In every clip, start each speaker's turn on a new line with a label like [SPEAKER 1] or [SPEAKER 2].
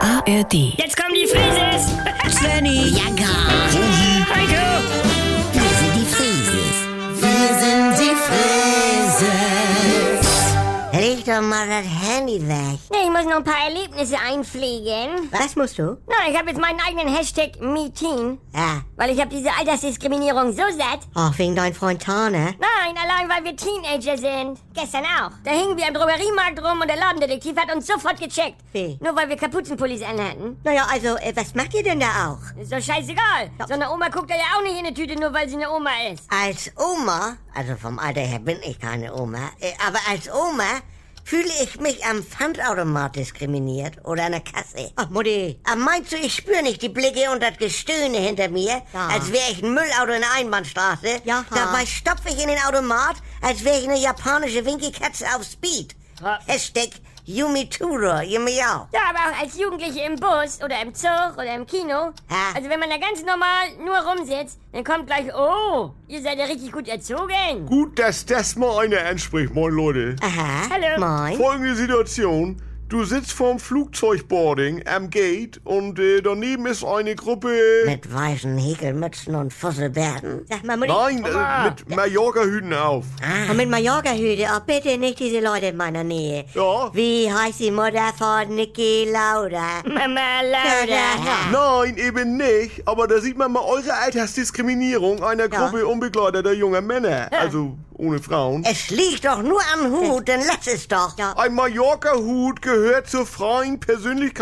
[SPEAKER 1] ARD.
[SPEAKER 2] Jetzt kommen die Frises!
[SPEAKER 3] Svenny,
[SPEAKER 4] Ja, gar.
[SPEAKER 2] Heiko!
[SPEAKER 4] Wir sind die Frieses. Wir sind die Frieses. Leg doch mal das Handy weg.
[SPEAKER 5] Ich muss noch ein paar Erlebnisse einpflegen.
[SPEAKER 4] Was musst du?
[SPEAKER 5] Na, ich habe jetzt meinen eigenen Hashtag MeTeen,
[SPEAKER 4] Ja.
[SPEAKER 5] weil ich habe diese Altersdiskriminierung so satt.
[SPEAKER 4] Auch Ah, oh, wegen deinem Freund Tane.
[SPEAKER 5] Nein, allein weil wir Teenager sind. Gestern auch. Da hingen wir im Drogeriemarkt rum und der Ladendetektiv hat uns sofort gecheckt.
[SPEAKER 4] Wie?
[SPEAKER 5] Nur weil wir Kapuzenpullis anhatten.
[SPEAKER 4] Naja, also, äh, was macht ihr denn da auch?
[SPEAKER 5] Ist doch scheißegal. So eine Oma guckt er ja auch nicht in eine Tüte, nur weil sie eine Oma ist.
[SPEAKER 4] Als Oma, also vom Alter her bin ich keine Oma, äh, aber als Oma fühle ich mich am Pfandautomat diskriminiert oder an der Kasse. Ach, Mutti. Aber meinst du, ich spüre nicht die Blicke und das Gestöhne hinter mir,
[SPEAKER 3] Ja.
[SPEAKER 4] als wäre ich ein Müllauto in der Einbahnstraße?
[SPEAKER 3] Ja.
[SPEAKER 4] Dabei stopfe ich in den Automat, als wäre ich eine japanische Winkelkatze auf Speed.
[SPEAKER 5] Ja.
[SPEAKER 4] Hashtag Yumituro, Yumiao.
[SPEAKER 5] Ja, aber auch als Jugendliche im Bus oder im Zug oder im Kino.
[SPEAKER 4] Ja.
[SPEAKER 5] Also wenn man da ganz normal nur rumsitzt, dann kommt gleich, oh, ihr seid ja richtig gut erzogen.
[SPEAKER 6] Gut, dass das mal einer anspricht, moin Leute.
[SPEAKER 4] Aha.
[SPEAKER 5] Hallo.
[SPEAKER 4] Moin.
[SPEAKER 6] Folgende Situation. Du sitzt vorm Flugzeugboarding am Gate und äh, daneben ist eine Gruppe...
[SPEAKER 4] Mit weißen Häkelmützen und Fusselbärten.
[SPEAKER 3] sag mal, Mutti.
[SPEAKER 6] Nein, äh, mit Mallorca-Hüten auf.
[SPEAKER 3] Und mit Mallorca-Hüte, oh bitte nicht diese Leute in meiner Nähe.
[SPEAKER 6] Ja?
[SPEAKER 3] Wie heißt die Mutter von Niki Lauda?
[SPEAKER 5] Mama Lauda.
[SPEAKER 6] Nein, eben nicht. Aber da sieht man mal eure Altersdiskriminierung einer Gruppe unbegleiteter junger Männer. Also ohne Frauen.
[SPEAKER 4] Es liegt doch nur am Hut, dann lass es doch.
[SPEAKER 3] Ja.
[SPEAKER 6] Ein Mallorca-Hut gehört zur freien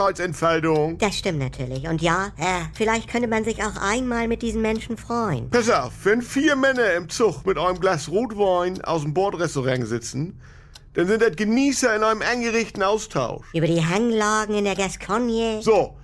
[SPEAKER 6] Persönlichkeitsentfaltung.
[SPEAKER 3] Das stimmt natürlich. Und ja,
[SPEAKER 4] Äh,
[SPEAKER 3] vielleicht könnte man sich auch einmal mit diesen Menschen freuen.
[SPEAKER 6] Pass auf, wenn vier Männer im Zug mit einem Glas Rotwein aus dem Bordrestaurant sitzen, dann sind das Genießer in einem angeregten Austausch.
[SPEAKER 3] Über die Hanglagen in der Gascogne.
[SPEAKER 6] So,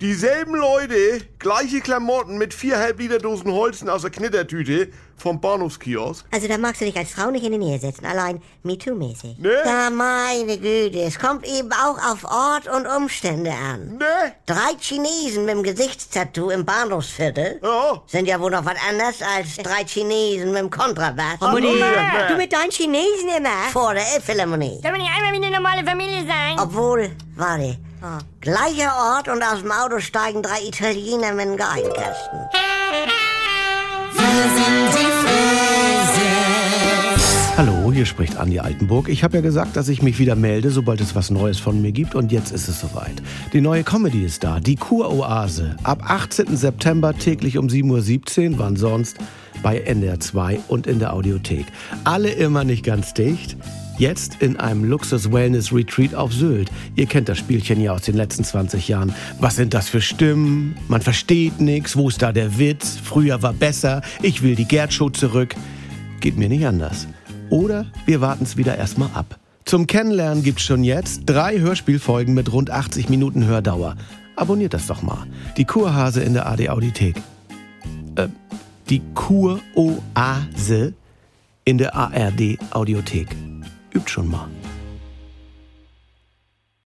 [SPEAKER 6] dieselben Leute, gleiche Klamotten mit viereinhalb Liter Dosen Holzen aus der Knittertüte vom Bahnhofskiosk.
[SPEAKER 3] Also da magst du dich als Frau nicht in die Nähe setzen, allein MeToo-mäßig.
[SPEAKER 6] Ne?
[SPEAKER 4] Ja, meine Güte, es kommt eben auch auf Ort und Umstände an.
[SPEAKER 6] Ne?
[SPEAKER 4] Drei Chinesen mit dem Gesichtstattoo im Bahnhofsviertel
[SPEAKER 6] Ja.
[SPEAKER 4] sind ja wohl noch was anderes als drei Chinesen mit dem Kontrabass
[SPEAKER 6] Hallo,
[SPEAKER 3] Du mit deinen Chinesen immer.
[SPEAKER 4] vor der Elbphilharmonie.
[SPEAKER 5] Kann man nicht einmal wie eine normale Familie sein?
[SPEAKER 4] Obwohl, warte,
[SPEAKER 3] Ah.
[SPEAKER 4] gleicher Ort und aus dem Auto steigen drei Italiener mit einem Geheimkasten.
[SPEAKER 7] Hallo, hier spricht Andi Altenburg. Ich habe ja gesagt, dass ich mich wieder melde, sobald es was Neues von mir gibt. Und jetzt ist es soweit. Die neue Comedy ist da, die Kuroase. Ab 18. September täglich um 7.17 Uhr, wann sonst, bei NDR 2 und in der Audiothek. Alle immer nicht ganz dicht. Jetzt in einem Luxus-Wellness-Retreat auf Sylt. Ihr kennt das Spielchen ja aus den letzten 20 Jahren. Was sind das für Stimmen? Man versteht nichts. Wo ist da der Witz? Früher war besser. Ich will die Gerd-Show zurück. Geht mir nicht anders. Oder wir warten es wieder erstmal ab. Zum Kennenlernen gibt's schon jetzt drei Hörspielfolgen mit rund 80 Minuten Hördauer. Abonniert das doch mal. Die Kurhase in der AD Audiothek. Äh, die Kuroase in der ARD Audiothek. Übt schon mal.